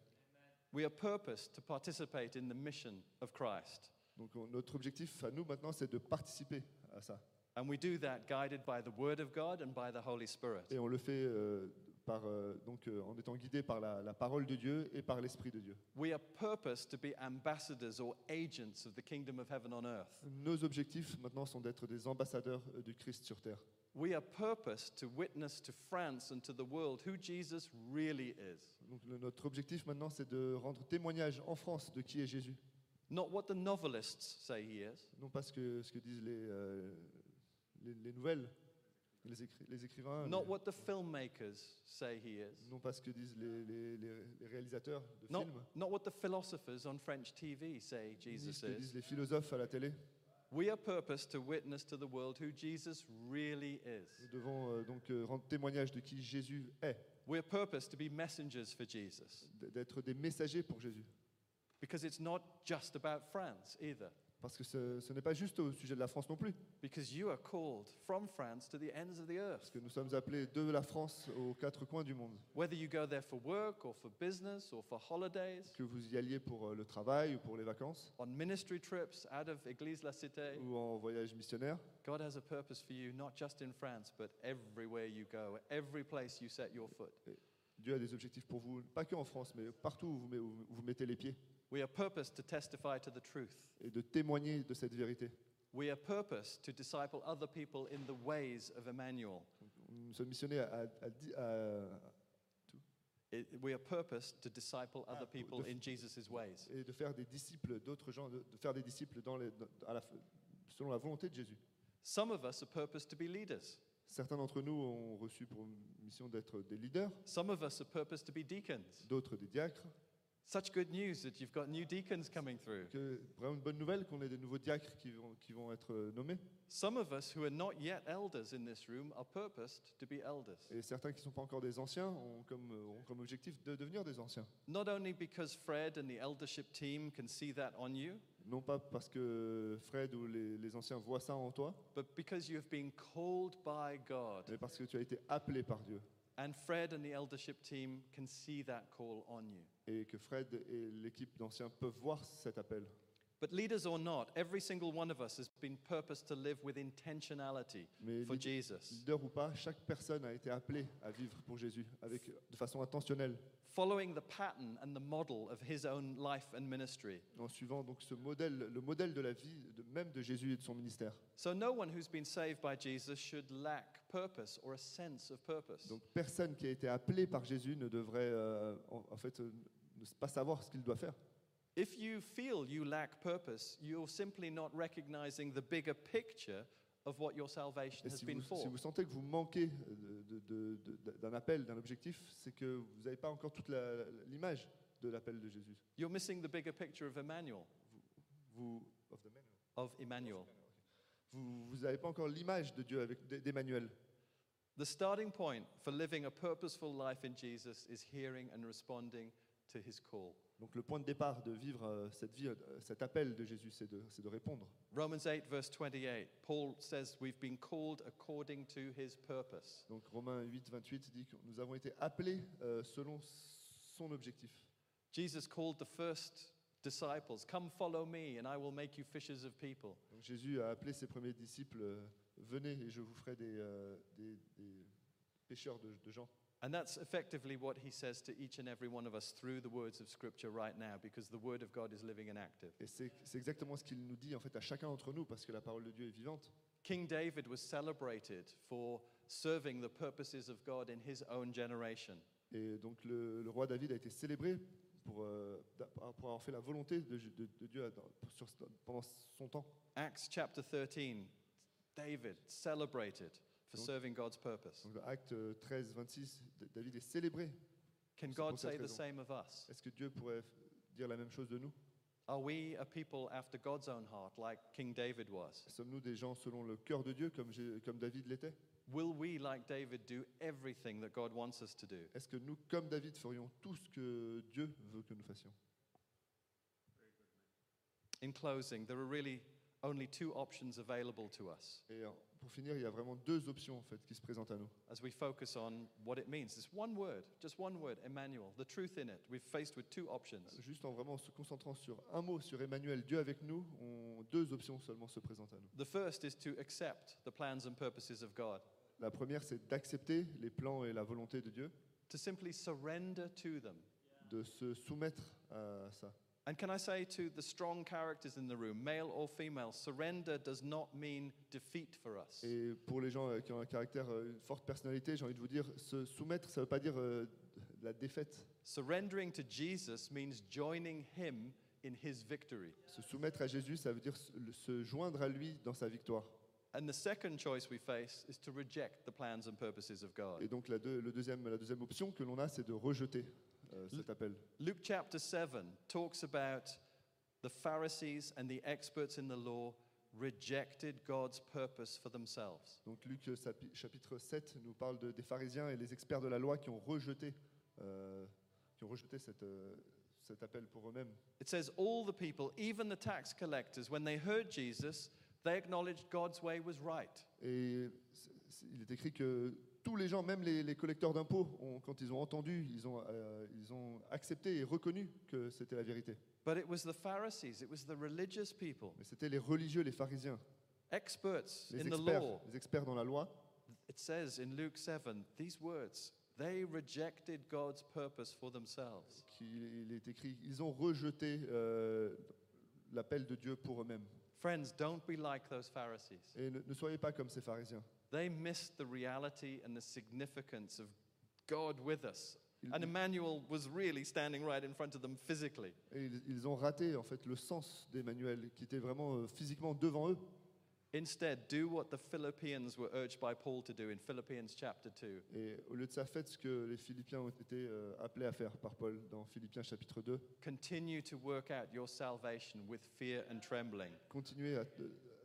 S1: We are purposed to participate in the mission of Christ.
S2: Donc on- notre objectif à nous maintenant, c'est de participer à ça.
S1: And we do that guided by the Word of God and by the Holy Spirit.
S2: Et on le fait euh, par, euh, donc, euh, en étant guidé par la, la parole de Dieu et par l'Esprit de Dieu.
S1: We are purposed to be ambassadors or agents of the kingdom of heaven on earth.
S2: Nos objectifs maintenant sont d'être des ambassadeurs euh, du Christ sur terre.
S1: We are purposed to witness to France and to the world who Jesus really is.
S2: Donc le- notre objectif maintenant, c'est de rendre témoignage en France de qui est Jésus.
S1: Not what the novelists say he is,
S2: Non pas ce que, ce que disent les, euh, les, les nouvelles, les, écri- les écrivains,
S1: not
S2: les-
S1: what the filmmakers say he is,
S2: non pas ce que disent les, les- les- les réalisateurs de
S1: Non,
S2: films,
S1: not what the philosophers on French TV say
S2: ni
S1: Jesus
S2: ce que
S1: is.
S2: disent les philosophes à la télé.
S1: We are purposed to witness to the world who Jesus really is.
S2: Nous devons euh, donc euh, rendre témoignage de qui Jésus est,
S1: We are purposed to be messengers for Jesus
S2: d- d'être des messagers pour Jésus.
S1: because it's not just about France either.
S2: Parce que ce, ce n'est pas juste au sujet de la France non plus,
S1: Because you are called from France to the ends of the earth.
S2: parce que nous sommes appelés de la France aux quatre coins du monde.
S1: Whether you go there for work or for business or for holidays,
S2: Que vous y alliez pour euh, le travail ou pour les vacances,
S1: on ministry trips out of Église La Cité,
S2: ou en voyage missionnaire,
S1: God has a purpose for you, not just in France, but everywhere you go, every place you set your foot.
S2: Dieu a des objectifs pour vous, pas que en France, mais partout où vous, met- où vous mettez les pieds,
S1: We are purposed to testify to the truth.
S2: et de témoigner de cette vérité.
S1: We are purposed to disciple other people in the ways of Emmanuel.
S2: Nous sommes missionnés à, à- à di- à-
S1: It- we are purposed to disciple other
S2: Ah, p-
S1: people
S2: the-
S1: in Jesus' ways.
S2: et de faire des disciples d'autres gens, de, de faire des disciples dans les- dans- à la- selon la volonté de Jésus.
S1: Some of us are purposed to be leaders.
S2: Certains d'entre nous ont reçu pour mission d'être des leaders,
S1: Some of us are purposed to be deacons.
S2: d'autres des diacres.
S1: Such good news that you've got new deacons coming through.
S2: Que, vraiment une bonne nouvelle qu'on ait des nouveaux diacres qui vont, qui vont être euh, nommés.
S1: Some of us who are not yet elders in this room are purposed to be elders.
S2: Et certains qui ne sont pas encore des anciens ont comme, euh, ont comme objectif de devenir des anciens.
S1: Not only because Fred and the eldership team can see that on you,
S2: Non pas parce que Fred ou les, les anciens voient ça en toi,
S1: but because you have been called by God.
S2: mais parce que tu as été appelé par Dieu.
S1: And Fred and the eldership team can see that call on you.
S2: Et que Fred et l'équipe d'anciens peuvent voir cet appel.
S1: But leaders or not, every single one of us has been purposed to live with intentionality
S2: Mais
S1: for
S2: lead-
S1: Jesus,
S2: leader ou pas, chaque personne a été appelée à vivre pour Jésus avec, de façon intentionnelle,
S1: following the pattern and the model of his own life and ministry.
S2: en suivant donc ce modèle, le modèle de la vie de, même de Jésus et de son ministère.
S1: So no one who's been saved by Jesus should lack purpose or a sense of purpose.
S2: Donc personne qui a été appelé par Jésus ne devrait euh, en, en fait euh, ne pas savoir ce qu'il doit faire.
S1: If you feel you lack purpose, you're simply not recognizing the bigger picture of what your salvation
S2: Et
S1: has
S2: si
S1: been
S2: vous,
S1: for.
S2: si vous sentez que vous manquez de- de- de- de- d'un appel, d'un objectif, c'est que vous n'avez pas encore toute la- l'image de l'appel de Jésus.
S1: You're missing the bigger picture of Emmanuel,
S2: Vous of the man.
S1: of Emmanuel.
S2: vous vous n'avez pas encore l'image de Dieu avec d'E- d'Emmanuel.
S1: The starting point for living a purposeful life in Jesus is hearing and responding to his call.
S2: Donc le point de départ de vivre euh, cette vie, euh, cet appel de Jésus, c'est de, c'est de répondre.
S1: Romans 8, verse 28, Paul says, We've been called according to his purpose.
S2: Donc Romains 8, 28 dit que nous avons été appelés euh, selon son objectif.
S1: Jesus called the first disciples, Come follow me, and I will make you fishers of people.
S2: Donc Jésus a appelé ses premiers disciples, euh, venez et je vous ferai des, euh, des- des pêcheurs de, de gens.
S1: And that's effectively what he says to each and every one of us through the words of Scripture right now, because the Word of God is living and active.
S2: Et c'est c'est exactement ce qu'il nous dit en fait à chacun d'entre nous, parce que la parole de Dieu est vivante.
S1: King David was celebrated for serving the purposes of God in his own generation.
S2: Et donc le, le roi David a été célébré pour, euh, d'a- pour avoir fait la volonté de, de- de Dieu à- dans- pour- sur- pendant son temps.
S1: Acts chapter 13, David celebrated for
S2: Donc-
S1: serving God's purpose.
S2: Donc, dans Acte 13, 26, D- David est célébré.
S1: Can
S2: c'est
S1: God
S2: pour cette
S1: say the
S2: raison.
S1: same of us?
S2: Est-ce que Dieu pourrait f- dire la même chose de nous
S1: Are we a people after God's own heart, like King David was?
S2: Sommes-nous des gens selon le cœur de Dieu, comme, j'ai- comme David l'était
S1: Will we, like David, do everything that God wants us to do?
S2: Est-ce que nous, comme David, ferions tout ce que Dieu veut que nous fassions
S1: In closing, there are really only two options available to us
S2: Et euh, pour finir, il y a vraiment deux options en fait, qui se présentent à nous.
S1: as we focus on what it means. It's one word, just one word, Emmanuel, the truth in it. We're faced with two options.
S2: Juste en vraiment se concentrant sur un mot, sur Emmanuel, Dieu avec nous, on- deux options seulement se présentent à nous.
S1: The first is to accept the plans and purposes of God,
S2: La première, c'est d'accepter les plans et la volonté de Dieu,
S1: to simply surrender to them.
S2: de se soumettre à ça.
S1: And can I say to the strong characters in the room, male or female, surrender does not mean defeat for us.
S2: Et pour les gens euh, qui ont un caractère, euh, une forte personnalité, j'ai envie de vous dire, se soumettre, ça ne veut pas dire euh, la défaite.
S1: Surrendering to Jesus means joining him in his victory.
S2: Se soumettre à Jésus, ça veut dire se- le- se joindre à lui dans sa victoire.
S1: And the second choice we face is to reject the plans and purposes of God.
S2: Et donc la, deux- le deuxième, la deuxième option que l'on a, c'est de rejeter euh, cet appel.
S1: Luke chapter 7 talks about the Pharisees and the experts in the law rejected God's purpose for themselves.
S2: Donc Luc euh, sapi- chapitre 7 nous parle de- des pharisiens et les experts de la loi qui ont rejeté, euh, qui ont rejeté cette, euh, cet appel pour eux-mêmes.
S1: It says, All the people, even the tax collectors, when they heard Jesus, they acknowledged God's way was right.
S2: Et c- c- il est écrit que tous les gens, même les, les collecteurs d'impôts, ont- quand ils ont entendu, ils ont, euh, ils ont accepté et reconnu que c'était la vérité.
S1: But it was the Pharisees, it was the religious people,
S2: Mais c'était les religieux, les pharisiens,
S1: experts
S2: les
S1: in the
S2: experts,
S1: law.
S2: les experts dans la loi.
S1: It says in Luke 7 these words they rejected God's purpose for themselves.
S2: Qui, il est écrit, ils ont rejeté euh, l'appel de Dieu pour eux-mêmes.
S1: Friends, don't be like those Pharisees.
S2: Et ne, ne soyez pas comme ces pharisiens.
S1: They missed the reality and the significance of God with us.
S2: Mm-hmm.
S1: And Emmanuel was really standing right in front of them physically.
S2: Et ils, ils ont raté en fait le sens d'Emmanuel, qui était vraiment euh, physiquement devant eux.
S1: Instead, do what the Philippians were urged by Paul to do in Philippians chapter 2.
S2: Et au lieu de ça, faites ce que les Philippiens ont été euh, appelés à faire par Paul dans Philippiens chapitre 2.
S1: Continue to work out your salvation with fear and trembling.
S2: Continuez à,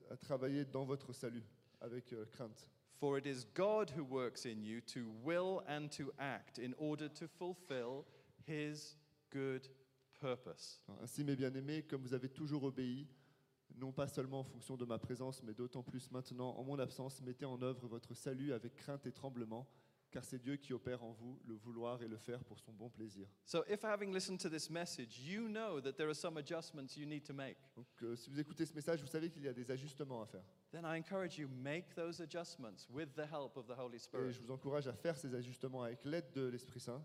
S2: à travailler dans votre salut avec euh, crainte.
S1: For it is God who works in you to will and to act in order to fulfill his good purpose.
S2: Ainsi, mes bien-aimés, comme vous avez toujours obéi, non pas seulement en fonction de ma présence, mais d'autant plus maintenant, en mon absence, mettez en œuvre votre salut avec crainte et tremblement, car c'est Dieu qui opère en vous le vouloir et le faire pour son bon plaisir.
S1: So, if having listened to this message, you know that there are some adjustments you need to make,
S2: Donc, euh, si vous écoutez ce message, vous savez qu'il y a des ajustements à faire.
S1: then I encourage you make those adjustments with the help of the Holy
S2: Et
S1: Spirit.
S2: je vous encourage à faire ces ajustements avec l'aide de l'Esprit Saint.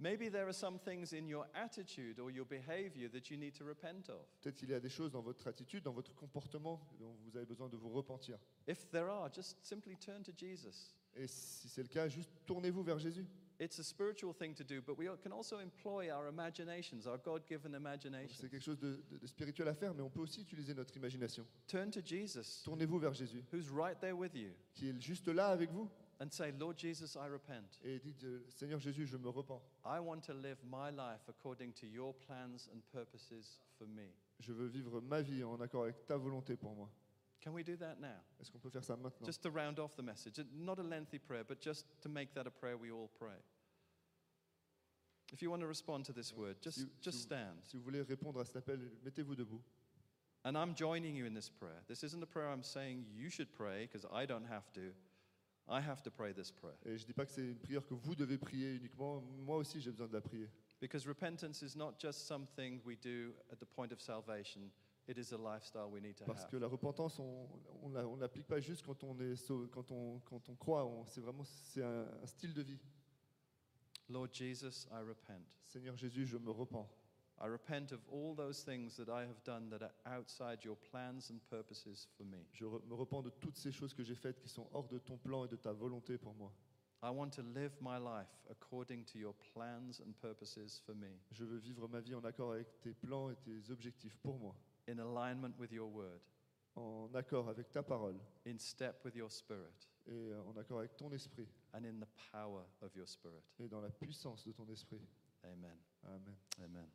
S1: Maybe there are some things in your attitude or your behavior that you need to repent of.
S2: Peut-être qu'il y a des choses dans votre attitude, dans votre comportement, dont vous avez besoin de vous repentir.
S1: If there are, just simply turn to Jesus.
S2: Et si c'est le cas, juste tournez-vous vers Jésus.
S1: It's a spiritual thing to do, but we can also employ our imaginations, our God given
S2: C'est
S1: imaginations.
S2: quelque chose de, de- de spirituel à faire, mais on peut aussi utiliser notre imagination.
S1: Turn to Jesus,
S2: Tournez-vous vers Jésus,
S1: who's right there with you,
S2: qui est juste là avec vous,
S1: and say, Lord Jesus, I repent.
S2: et dites euh, Seigneur Jésus, je me repens.
S1: I want to live my life according to your plans and purposes for me.
S2: Je veux vivre ma vie en accord avec ta volonté pour moi.
S1: Can we do that now?
S2: Est-ce qu'on peut faire ça maintenant
S1: Just to round off the message, and not a lengthy prayer, but just to make that a prayer we all pray. If you want to respond to this word, just,
S2: You-
S1: just
S2: you-
S1: stand.
S2: Si vous voulez répondre à cet appel, mettez-vous debout.
S1: And I'm joining you in this prayer. This isn't a prayer I'm saying you should pray because I don't have to. I have to pray this prayer.
S2: Et je ne dis pas que c'est une prière que vous devez prier uniquement. Moi aussi, j'ai besoin de la prier.
S1: Because repentance is not just something we do at the point of salvation, it is a lifestyle we need to
S2: Parce
S1: have.
S2: que la repentance, on ne on l'applique pas juste quand on, est sauvé- quand on, quand on croit, on- c'est vraiment c'est un, un style de vie.
S1: Lord Jesus, I repent.
S2: Seigneur Jésus, je me repens.
S1: I repent of all those things that I have done that are outside your plans and purposes for me.
S2: Je re- me repens de toutes ces choses que j'ai faites qui sont hors de ton plan et de ta volonté pour moi.
S1: I want to live my life according to your plans and purposes for me,
S2: Je veux vivre ma vie en accord avec tes plans et tes objectifs pour moi,
S1: in alignment with your word,
S2: en accord avec ta parole
S1: in step with your spirit,
S2: et en accord avec ton esprit
S1: and in the power of your spirit.
S2: et dans la puissance de ton esprit.
S1: Amen.
S2: Amen.
S1: Amen.